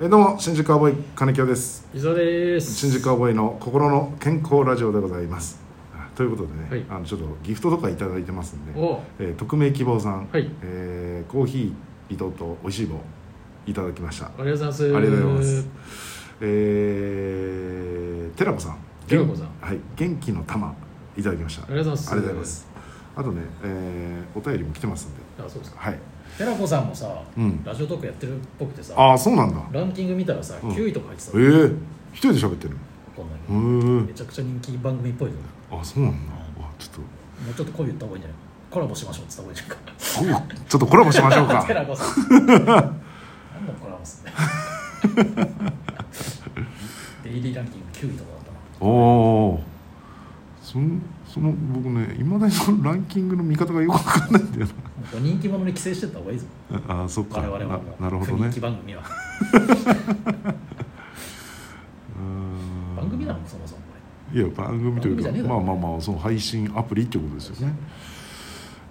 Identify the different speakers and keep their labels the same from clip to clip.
Speaker 1: えーどうも新宿アボイ金城です
Speaker 2: 伊沢です
Speaker 1: 新宿アボイの心の健康ラジオでございますあということでね、
Speaker 2: はい
Speaker 1: あのちょっとギフトとか頂いただいてますんで、
Speaker 2: お
Speaker 1: えー匿名希望さん、
Speaker 2: はい
Speaker 1: えーコーヒー伊藤と美味しい棒いただきましたあ
Speaker 2: ありがとうございま
Speaker 1: り
Speaker 2: す
Speaker 1: がとうございますえー、テラコさん
Speaker 2: テラコさん
Speaker 1: はい元気の玉いただきました
Speaker 2: ありがとうございます
Speaker 1: ありがとうございますあとね、えーお便りも来てますんで
Speaker 2: あそうですか
Speaker 1: はい
Speaker 2: テラコさんもさ、
Speaker 1: うん
Speaker 2: ラジオトークやってるっぽくてさ
Speaker 1: ああそうなんだ
Speaker 2: ランキング見たらさ、
Speaker 1: うん
Speaker 2: 9位とか入ってた
Speaker 1: ええ
Speaker 2: のわ
Speaker 1: 一人で喋ってる
Speaker 2: かんないけど
Speaker 1: のへ
Speaker 2: めちゃくちゃ人気番組っぽいよも
Speaker 1: えあそうなんだあちょっと
Speaker 2: うちょっと声言った方がいいんじゃないコラボしましょうって言った方がいいんじ
Speaker 1: おちょっとコラボしましょう
Speaker 2: ゃない
Speaker 1: か
Speaker 2: かテラコさん何のコラボっすね デイリーランキング9位とかだったな
Speaker 1: おおそのその僕ねいまだにそのランキングの見方がよくわかんないんだよ
Speaker 2: もうこれ人気者に寄生してった方がいいぞ
Speaker 1: な ああそっか
Speaker 2: 我々は
Speaker 1: な
Speaker 2: もう
Speaker 1: なるほどね
Speaker 2: 人気番組は
Speaker 1: うーん
Speaker 2: 番組なのそもそもこれ
Speaker 1: いや番組というか
Speaker 2: 番組じゃねえだ
Speaker 1: まあ
Speaker 2: ろ
Speaker 1: まあまあその配信アプリってことですよね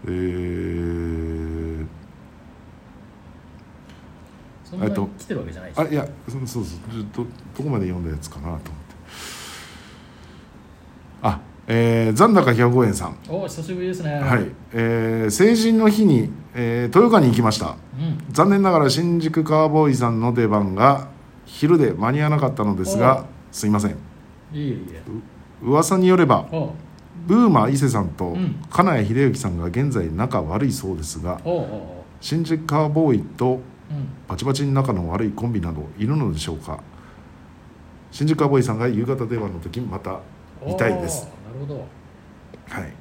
Speaker 1: えー、
Speaker 2: そんな
Speaker 1: えっと
Speaker 2: に来てるわけじゃないし
Speaker 1: あいやそそうそうどどこまで読んだやつかなと思ってあえー、残高105円さん
Speaker 2: お久しぶりですね
Speaker 1: はい、えー成人の日に、えー豊川に行きました
Speaker 2: うん
Speaker 1: 残念ながら新宿カーボーイさんの出番が昼で間に合わなかったのですがすいません
Speaker 2: いいよいいよ
Speaker 1: 噂によれば
Speaker 2: おう
Speaker 1: ブーマー伊勢さんと
Speaker 2: うん
Speaker 1: 金谷秀幸さんが現在仲悪いそうですが
Speaker 2: おうおうおう
Speaker 1: 新宿カーボーイと
Speaker 2: うん
Speaker 1: バチバチに仲の悪いコンビなどいるのでしょうか新宿カーボーイさんが夕方出番の時また見たいです
Speaker 2: おうなるほど
Speaker 1: はい、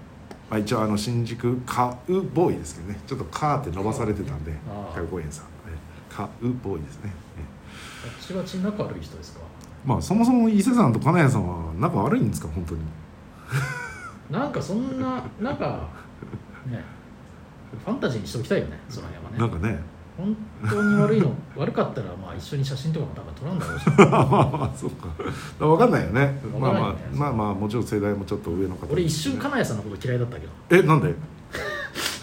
Speaker 1: まあ、一応あの新宿カウボーイですけどねちょっとカーって伸ばされてたんで
Speaker 2: あー
Speaker 1: 105円さんえカウボーイですねえ
Speaker 2: バチバチ仲悪い人ですか
Speaker 1: まあそもそも伊勢さんと金谷さんは仲悪いんですか本当に
Speaker 2: なんかそ んななんかねファンタジーにしておきたいよねその辺
Speaker 1: な
Speaker 2: は
Speaker 1: んか
Speaker 2: ね
Speaker 1: ね
Speaker 2: 本当に悪いの 悪かったらまあ一緒に写真とかも多分撮らんだろうし
Speaker 1: そうか分かんないよねまあ
Speaker 2: わかんな
Speaker 1: ま
Speaker 2: い
Speaker 1: あ
Speaker 2: ね
Speaker 1: まあまあもちろん世代もちょっと上の方
Speaker 2: 俺一
Speaker 1: ですね
Speaker 2: 瞬金谷さんのこと嫌いだったけど
Speaker 1: えなんで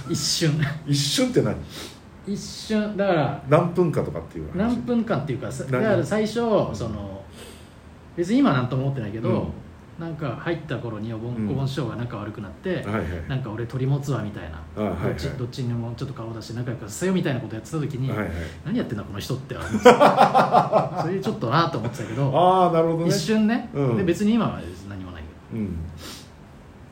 Speaker 2: 一 瞬
Speaker 1: 一瞬って何
Speaker 2: 一瞬だから
Speaker 1: 何分かとかっていう話
Speaker 2: 何分間っていうかさだ
Speaker 1: 何
Speaker 2: から最初その別に今なんとも思ってないけど、なんか入った頃におぼ
Speaker 1: うん
Speaker 2: んお盆師匠が仲悪くなって、
Speaker 1: はいはい
Speaker 2: なんか俺取り持つわみたいな
Speaker 1: あはいはい
Speaker 2: どっちどっちにもちょっと顔出して仲良くさせようみたいなことやってた時に、
Speaker 1: はいはい
Speaker 2: 何やってんだこの人って思ってた それでちょっとなと思ってたけど
Speaker 1: ああなるほどね
Speaker 2: 一瞬ね、
Speaker 1: うん
Speaker 2: で別に今は何もないけ
Speaker 1: うん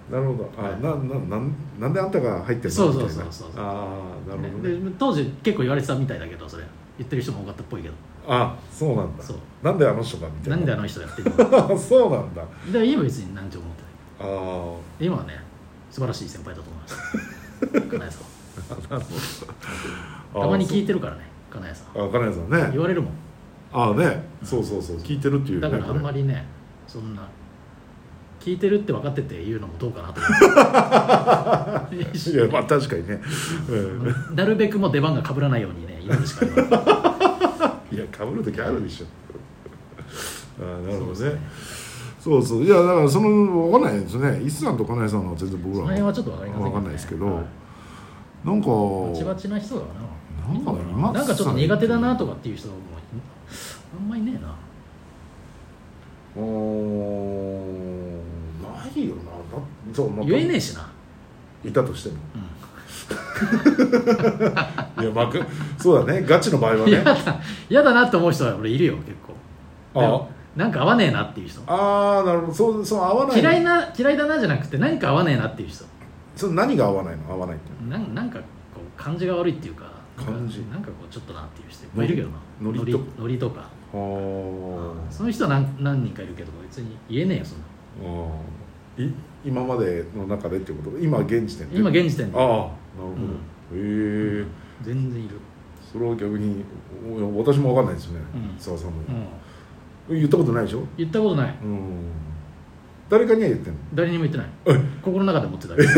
Speaker 1: なるほどあ、
Speaker 2: はい
Speaker 1: なななんなんであんたが入ってるの
Speaker 2: そうそう
Speaker 1: みたいな
Speaker 2: そうそうそう
Speaker 1: ああな
Speaker 2: ど、
Speaker 1: る
Speaker 2: ね
Speaker 1: ほどね
Speaker 2: で当時結構言われてたみたいだけどそれ言ってる人も多かったっぽいけど
Speaker 1: あそうなんだ
Speaker 2: そう
Speaker 1: なんであの人がみたいな
Speaker 2: なんであ
Speaker 1: の
Speaker 2: の人やってるの
Speaker 1: そうなんだ
Speaker 2: で今別に何て思ってない
Speaker 1: ああ
Speaker 2: 今はね素晴らしい先輩だと思います 金谷さん
Speaker 1: あー
Speaker 2: たまに聞いてるからね金谷さん
Speaker 1: あ金谷さんね
Speaker 2: 言われるもん
Speaker 1: ああねそうそうそう聞いてるっていうね
Speaker 2: だからあんま
Speaker 1: り
Speaker 2: りねそんな聞いてるって分かってて言うのもどうかなと思っ
Speaker 1: いやまあ確かにね、うん
Speaker 2: てなるべくもう出番が被らないようにね言うしか言わない
Speaker 1: いや被る時あるでしょああなるほ
Speaker 2: そ
Speaker 1: ど
Speaker 2: う
Speaker 1: ね
Speaker 2: ですね
Speaker 1: そうそういやだからその分かんないですね伊勢さんと金谷さんのは全然
Speaker 2: そ
Speaker 1: 僕
Speaker 2: の
Speaker 1: ら
Speaker 2: 辺はちょっと分かりません
Speaker 1: 分かんないですけど、
Speaker 2: はい
Speaker 1: なんか
Speaker 2: バチバチな人だな
Speaker 1: なんかいます
Speaker 2: なんかちょっと苦手だなとかっていう人もあんまりねえな
Speaker 1: うーんないよなだそう、まあ
Speaker 2: 言えねえしな、
Speaker 1: いたとしても
Speaker 2: うん
Speaker 1: いやまくそうだねガチの場合はね
Speaker 2: 嫌だ嫌だなって思う人は俺いるよ結構
Speaker 1: あ
Speaker 2: でもなんか合わねえなっていう人
Speaker 1: ああなるほどそうそう合わない
Speaker 2: 嫌いな嫌いだなじゃなくて何か合わねえなっていう人
Speaker 1: そう何が合わないの合わないって
Speaker 2: なんなんかこう感じが悪いっていうかなんか
Speaker 1: 感じ
Speaker 2: なんかこうちょっとなっていう人いっぱいいるけどな
Speaker 1: ノリ
Speaker 2: ノ
Speaker 1: ノリ
Speaker 2: リ
Speaker 1: と
Speaker 2: ノリとか
Speaker 1: は
Speaker 2: その人は何何人かいるけど別に言えねえよそんな
Speaker 1: あい今までの中でってこと今現時点で
Speaker 2: 今
Speaker 1: あ
Speaker 2: 現時点で
Speaker 1: あなるほど、へえ
Speaker 2: 全然いる
Speaker 1: それは逆にお私も分かんないですね
Speaker 2: うん
Speaker 1: 澤、さんも、
Speaker 2: うん
Speaker 1: 言ったことないでしょ
Speaker 2: 言ったことない
Speaker 1: うん誰かには言ってんの
Speaker 2: 誰にも言ってない心の中で思ってたけど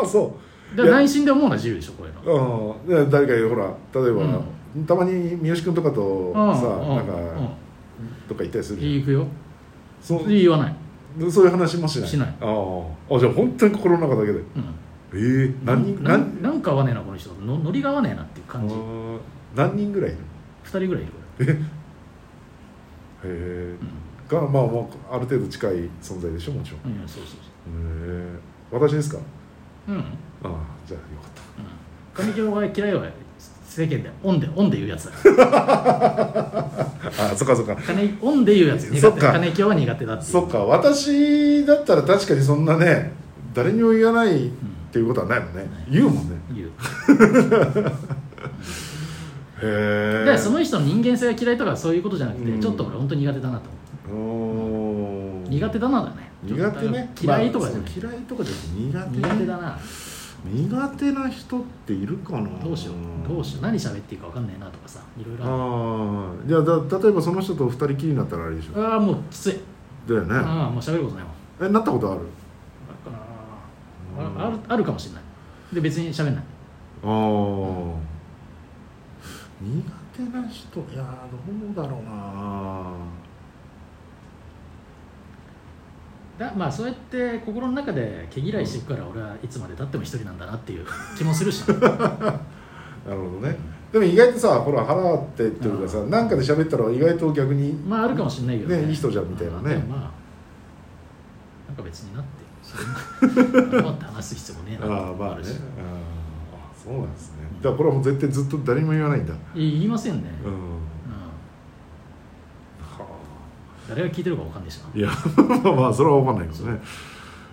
Speaker 1: ああそう
Speaker 2: だから内心で思うのは自由でしょこういうの
Speaker 1: うん、で誰かほら例えば、たまに三好君とかと
Speaker 2: うん
Speaker 1: さ、
Speaker 2: うん
Speaker 1: なんか、とか行ったりする
Speaker 2: うん
Speaker 1: じゃん
Speaker 2: 行くよ
Speaker 1: そう
Speaker 2: 言わない
Speaker 1: そういう話もしない
Speaker 2: しない
Speaker 1: あああじゃあ本当に心の中だけで
Speaker 2: うん
Speaker 1: えー、何人
Speaker 2: な
Speaker 1: 何
Speaker 2: んなんか合わねえなこの人のノリが合わねえなっていう
Speaker 1: あ
Speaker 2: 感じ
Speaker 1: ー何人ぐらいいる
Speaker 2: 2人ぐらいいる
Speaker 1: ええがまあもうある程度近い存在でしょもちろんへ
Speaker 2: うん、そうそう
Speaker 1: え私ですか
Speaker 2: そう。うん。
Speaker 1: ああじゃあよかった
Speaker 2: 上京が嫌いは世間でオンでオンで言うやつだ
Speaker 1: あそっかそっか
Speaker 2: 金オンで言うやつ苦手
Speaker 1: そっか
Speaker 2: 金京は苦手だっていう
Speaker 1: そっか私だったら確かにそんなね誰にも言わないっ
Speaker 2: う
Speaker 1: ていうことはないもんね
Speaker 2: い
Speaker 1: 言うもんね
Speaker 2: ん言う
Speaker 1: へ
Speaker 2: で
Speaker 1: え
Speaker 2: その人の人間性が嫌いとかそういうことじゃなくて、
Speaker 1: うん
Speaker 2: ちょっと俺本当に苦手だなと思う
Speaker 1: おー
Speaker 2: 苦手だなだね
Speaker 1: 苦手ね
Speaker 2: ちょっと嫌いとかじゃ
Speaker 1: まあ
Speaker 2: ない、
Speaker 1: そう嫌いとかじゃなくて苦手
Speaker 2: 苦手だな
Speaker 1: 苦手な人っているかな
Speaker 2: どうしようどうしよう何喋っていいか分かんないなとかさいろいろあ
Speaker 1: ああじゃあだ例えばその人と二人きりになったらあれでしょ
Speaker 2: るああもうきつい
Speaker 1: だよね
Speaker 2: ああもう喋ることないもん
Speaker 1: えなったことある
Speaker 2: あるかなああるあるかもしれないで別に喋んない
Speaker 1: あー苦手な人いやーどうだろうな
Speaker 2: だまあそうやって心の中で毛嫌いしていくから俺はいつまでたっても一人なんだなっていう 気もするし
Speaker 1: なるほどねでも意外とさほら腹あってっていうかさ
Speaker 2: うん
Speaker 1: なんかで喋ったら意外と逆に
Speaker 2: まああるかもしれないけど
Speaker 1: ねいい人じゃんみたいなね
Speaker 2: まあでもまあなんか別になってそんな黙って話す必要もねえ
Speaker 1: あ
Speaker 2: なって
Speaker 1: あまあ
Speaker 2: る
Speaker 1: ね
Speaker 2: し
Speaker 1: あーそうなんですねだからこれはもう絶対ずっと誰にも言わないんだ
Speaker 2: いや言いませんね、
Speaker 1: う
Speaker 2: うん
Speaker 1: んは
Speaker 2: 誰が聞いてるかわかんないし
Speaker 1: あいや まあまあそれは分かんないけどね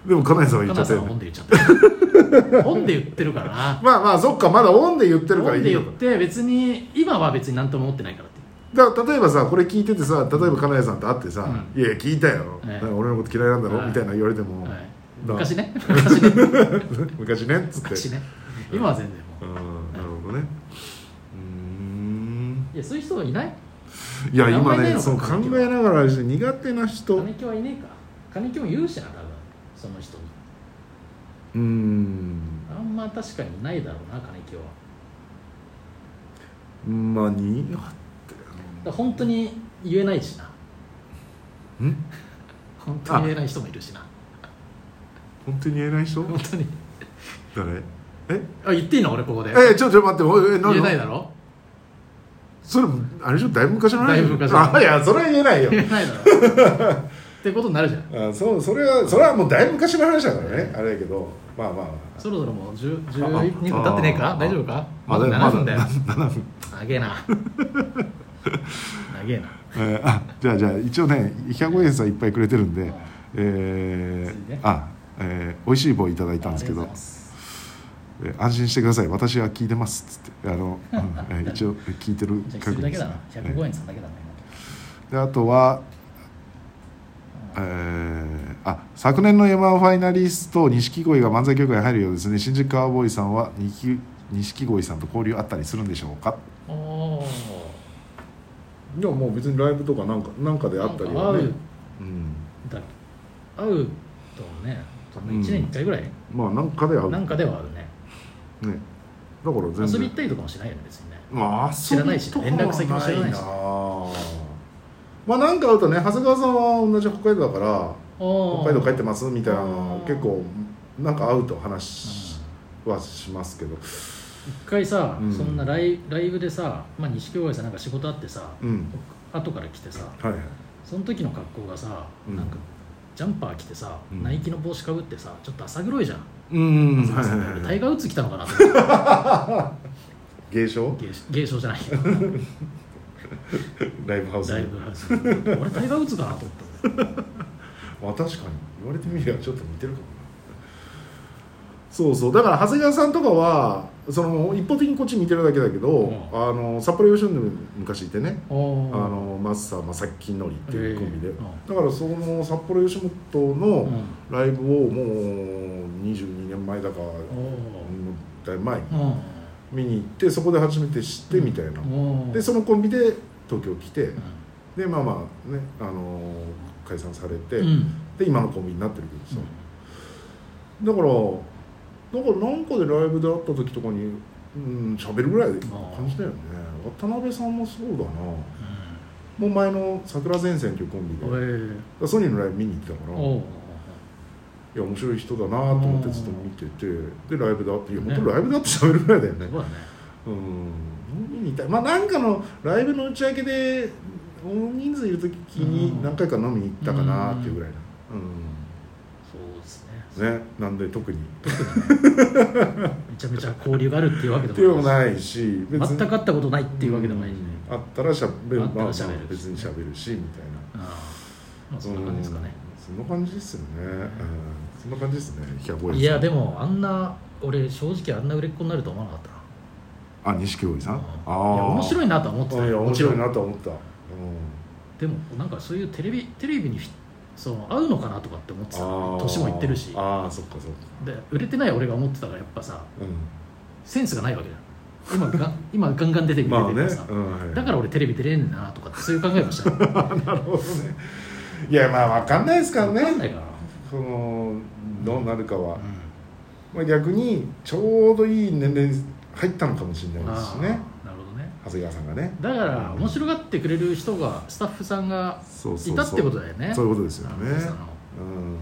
Speaker 1: でも金井さんは
Speaker 2: な
Speaker 1: 言
Speaker 2: カ
Speaker 1: っちゃ
Speaker 2: ナ
Speaker 1: ったよ
Speaker 2: さん
Speaker 1: ね
Speaker 2: は本で言っちゃった本で言ってる からな
Speaker 1: まあまあそっかまだオンで言ってるから
Speaker 2: 本
Speaker 1: い
Speaker 2: で
Speaker 1: い
Speaker 2: 言
Speaker 1: よ
Speaker 2: って別に今は別に何とも思ってないからって
Speaker 1: だから例えばさこれ聞いててさ例えば金谷さんと会ってさ「
Speaker 2: う
Speaker 1: いやいや聞いたよ、
Speaker 2: ええ
Speaker 1: なんか俺のこと嫌いなんだろ?」
Speaker 2: はい
Speaker 1: みたいな言われても「
Speaker 2: はい
Speaker 1: だ
Speaker 2: 昔ね昔ね
Speaker 1: 昔ね」っつって
Speaker 2: 昔ね今は全然もう
Speaker 1: うんなるほどねうーん
Speaker 2: いやそういう人いない
Speaker 1: いや今
Speaker 2: 考えない
Speaker 1: ね
Speaker 2: のか
Speaker 1: そう考えながら苦手な人
Speaker 2: 金木はいねえか金木も言うしな多分その人に
Speaker 1: うーん
Speaker 2: あんま確かにいないだろうな金木は
Speaker 1: まあ苦
Speaker 2: だから本当に言えないしなん本当に言えない人もいるしな
Speaker 1: 本当に言えない人
Speaker 2: 本当に
Speaker 1: 誰え
Speaker 2: あ言っていいの俺ここで
Speaker 1: えちょっと待っておえ
Speaker 2: 言えない
Speaker 1: の
Speaker 2: だろ
Speaker 1: それもあれでしょだいぶ昔の話
Speaker 2: だいぶ昔の話
Speaker 1: あいやそれは言えないよ
Speaker 2: 言えないだろってことになるじゃん
Speaker 1: あそうそれはそれはもうだいぶ昔の話だからねあれだけどまあまあまあ
Speaker 2: そろそろもう10
Speaker 1: あ
Speaker 2: 12分経ってねえ
Speaker 1: あ
Speaker 2: か大丈夫か
Speaker 1: まだ
Speaker 2: 7分だ よ
Speaker 1: まだ7分、
Speaker 2: 長えな長えな
Speaker 1: えーあじゃあじゃあ一応ね105円さんいっぱいくれてるんで
Speaker 2: ああ
Speaker 1: え
Speaker 2: つい
Speaker 1: ー
Speaker 2: で、
Speaker 1: あえー美味しい棒いただいたんですけ
Speaker 2: あ
Speaker 1: ど
Speaker 2: りがとうございます
Speaker 1: えー安心してください私は聞いてますっつってあの、うんえ ー一応聞いてる
Speaker 2: じゃあ一
Speaker 1: 覚悟
Speaker 2: 人だ
Speaker 1: で
Speaker 2: け
Speaker 1: す
Speaker 2: だ
Speaker 1: ね
Speaker 2: な105円さんだけだな
Speaker 1: であとは、えーあ昨年の m 1ファイナリスト錦鯉が漫才協会に入るようですね新宿カウボーイさんは錦錦鯉さんと交流あったりするんでしょうか
Speaker 2: 今おー
Speaker 1: いやもう別にライブとかなんかなんかで
Speaker 2: なんか会う
Speaker 1: うん、
Speaker 2: だ会うとねその1年に1回ぐらい、
Speaker 1: まあなんかで会う
Speaker 2: なんかではあるね
Speaker 1: ねだから全
Speaker 2: 遊
Speaker 1: 然
Speaker 2: び行ったりとかもしないよね別にね
Speaker 1: まあ
Speaker 2: 知らないし
Speaker 1: 遊びとかは
Speaker 2: 連絡先も知らないし
Speaker 1: なまあなんか会うとね長谷川さんは同じ北海道だから
Speaker 2: 北
Speaker 1: 北海道帰って
Speaker 2: も
Speaker 1: ますみたいなの
Speaker 2: あー
Speaker 1: 結構なんか会うと話はしますけど
Speaker 2: 一回さ、
Speaker 1: うん
Speaker 2: そんなライライブでさまあ錦鯉さんなんか仕事あってさ
Speaker 1: うん
Speaker 2: 後から来てさ
Speaker 1: はいはい
Speaker 2: その時の格好がさ、
Speaker 1: うん
Speaker 2: なんかジャンパー着てさ、
Speaker 1: うん
Speaker 2: ナイキの帽子かぶってさちょっと朝黒いじゃん、
Speaker 1: うん
Speaker 2: そうそう俺タイガー・ウッズ来たのかなと思って
Speaker 1: 芸商
Speaker 2: 芸芸商じゃないけど
Speaker 1: ライブハウス
Speaker 2: ライブハウス俺タイガー・ウッズかなと思った
Speaker 1: まあ確かに言われてみればちょっと似てるかもなそうそうだから長谷川さんとかはその一方的にこっち見てるだけだけど、
Speaker 2: うん
Speaker 1: あの札幌吉野に昔いてね
Speaker 2: お
Speaker 1: あ
Speaker 2: ー
Speaker 1: のマスター正木のりっていうコンビで、
Speaker 2: へえ
Speaker 1: だからその札幌吉本
Speaker 2: うん
Speaker 1: のライブをもう22年前だか、
Speaker 2: お
Speaker 1: もうだいぶ前に
Speaker 2: ー
Speaker 1: 見に行ってそこで初めて知ってみたいな、
Speaker 2: うんおー
Speaker 1: でそのコンビで東京来て、
Speaker 2: う
Speaker 1: でまあまあね、あのー解散されて、
Speaker 2: んうん
Speaker 1: で今のコンビになってるけどさ、だからだからなんかでライブで会った時とかにうん喋るぐらいの感じだよね渡辺さんもそうだなもう前の桜前線というコンビで
Speaker 2: うん
Speaker 1: だか
Speaker 2: うんえ
Speaker 1: らソニーのライブ見に行ってたか
Speaker 2: ー
Speaker 1: らい
Speaker 2: おー
Speaker 1: や面白い人だなと思ってずっと見ててでライブで会っていや本当
Speaker 2: ね
Speaker 1: ライブで会って喋るぐらいだよ
Speaker 2: そう
Speaker 1: ね
Speaker 2: だね
Speaker 1: うん飲みに行ったまあなんかのライブの打ち上げで大人数いる時に何回か飲みに行ったかなっていうぐらいな、
Speaker 2: そうですね
Speaker 1: うんねなんで特に
Speaker 2: めちゃめちゃ交流があるっていうわけで
Speaker 1: 手は
Speaker 2: もない
Speaker 1: ないし
Speaker 2: 全く
Speaker 1: あ
Speaker 2: 会ったことないっていうわけでもないしね、
Speaker 1: あったらしゃべる
Speaker 2: あったら
Speaker 1: まあ
Speaker 2: しゃべる
Speaker 1: 別にしゃべるしみたいな
Speaker 2: あーまあそんな感じですかね、
Speaker 1: うんそんな感じですよね、うん、そんな感じですね105円
Speaker 2: いやでもあんな俺正直あんな売れっ子になると思わなかったな
Speaker 1: あ錦鯉さんあ
Speaker 2: いや面
Speaker 1: い
Speaker 2: 白いなとは思ってた
Speaker 1: いや
Speaker 2: よも
Speaker 1: 面
Speaker 2: ちろ
Speaker 1: 白い
Speaker 2: ん
Speaker 1: なと思った、うん、
Speaker 2: でもなんかそういうテレビテレビにその合うのかなとかって思って
Speaker 1: あ
Speaker 2: た
Speaker 1: ー
Speaker 2: 年もいってるし
Speaker 1: ああそっかそっか
Speaker 2: で売れてない俺が思ってたからやっぱさ
Speaker 1: う
Speaker 2: センスがないわけじゃん今が 今ガンガン出てく
Speaker 1: ん
Speaker 2: る
Speaker 1: まあ
Speaker 2: 出て
Speaker 1: ね、
Speaker 2: くるさ、
Speaker 1: うんはい
Speaker 2: だから俺テレビ出れんなとかってそういう考えもした分
Speaker 1: なるほどねいやまあわかんないですから
Speaker 2: かんな
Speaker 1: ね
Speaker 2: いから、
Speaker 1: そのどうなるかは、
Speaker 2: う
Speaker 1: まあ、逆にちょうどいい年齢に入ったのかもしれ
Speaker 2: ん、
Speaker 1: ないですし
Speaker 2: あー
Speaker 1: ね
Speaker 2: なるほどね
Speaker 1: 長谷川さんがね
Speaker 2: だから面白がってくれる人がスタッフさんが
Speaker 1: そう
Speaker 2: いたってことだよね
Speaker 1: そういうことですよね
Speaker 2: 長谷さんの
Speaker 1: うん
Speaker 2: うん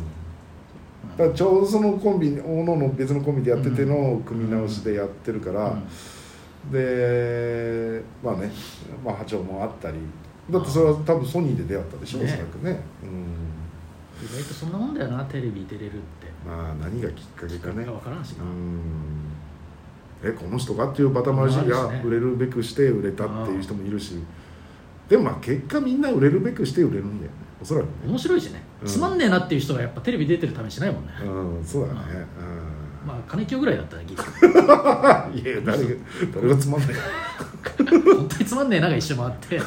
Speaker 1: だからちょうどそのコンビおのおの別のコンビでやってての組み直しでやってるから、
Speaker 2: うん
Speaker 1: でまあね、まあ、波長もあったりだってそれは多分ソニーで出会ったでしょ、
Speaker 2: ね
Speaker 1: おそらくね、うん、
Speaker 2: 意外とそんなもんだよなテレビ出れるって
Speaker 1: まあ何がきっかけかね
Speaker 2: 分からんし
Speaker 1: う
Speaker 2: な、
Speaker 1: んえこの人かっていうバタ回し
Speaker 2: まああるし
Speaker 1: が
Speaker 2: ね
Speaker 1: 売れるべくして売れたっていう人もいるしでもまあ結果みんな売れるべくして売れるんだよねおそらくね
Speaker 2: 面白いしね、
Speaker 1: うん
Speaker 2: つまんねえなっていう人がやっぱテレビ出てるためしないもんね、
Speaker 1: うんそうだね
Speaker 2: まあ金清ぐらいだったら ギリ
Speaker 1: うんいや誰が誰がつまんない
Speaker 2: 本当につまんねえなが一緒回って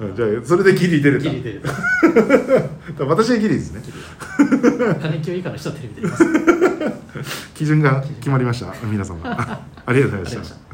Speaker 1: うんじゃあそれでギリ出れ
Speaker 2: ギリ出る
Speaker 1: た私はギリですね
Speaker 2: 金清以下の人はテレビ出れますありがとう
Speaker 1: 基準が決まりました皆様ありがとうご
Speaker 2: ご
Speaker 1: ざ
Speaker 2: ざ
Speaker 1: い
Speaker 2: い
Speaker 1: ま
Speaker 2: ま
Speaker 1: し
Speaker 2: したた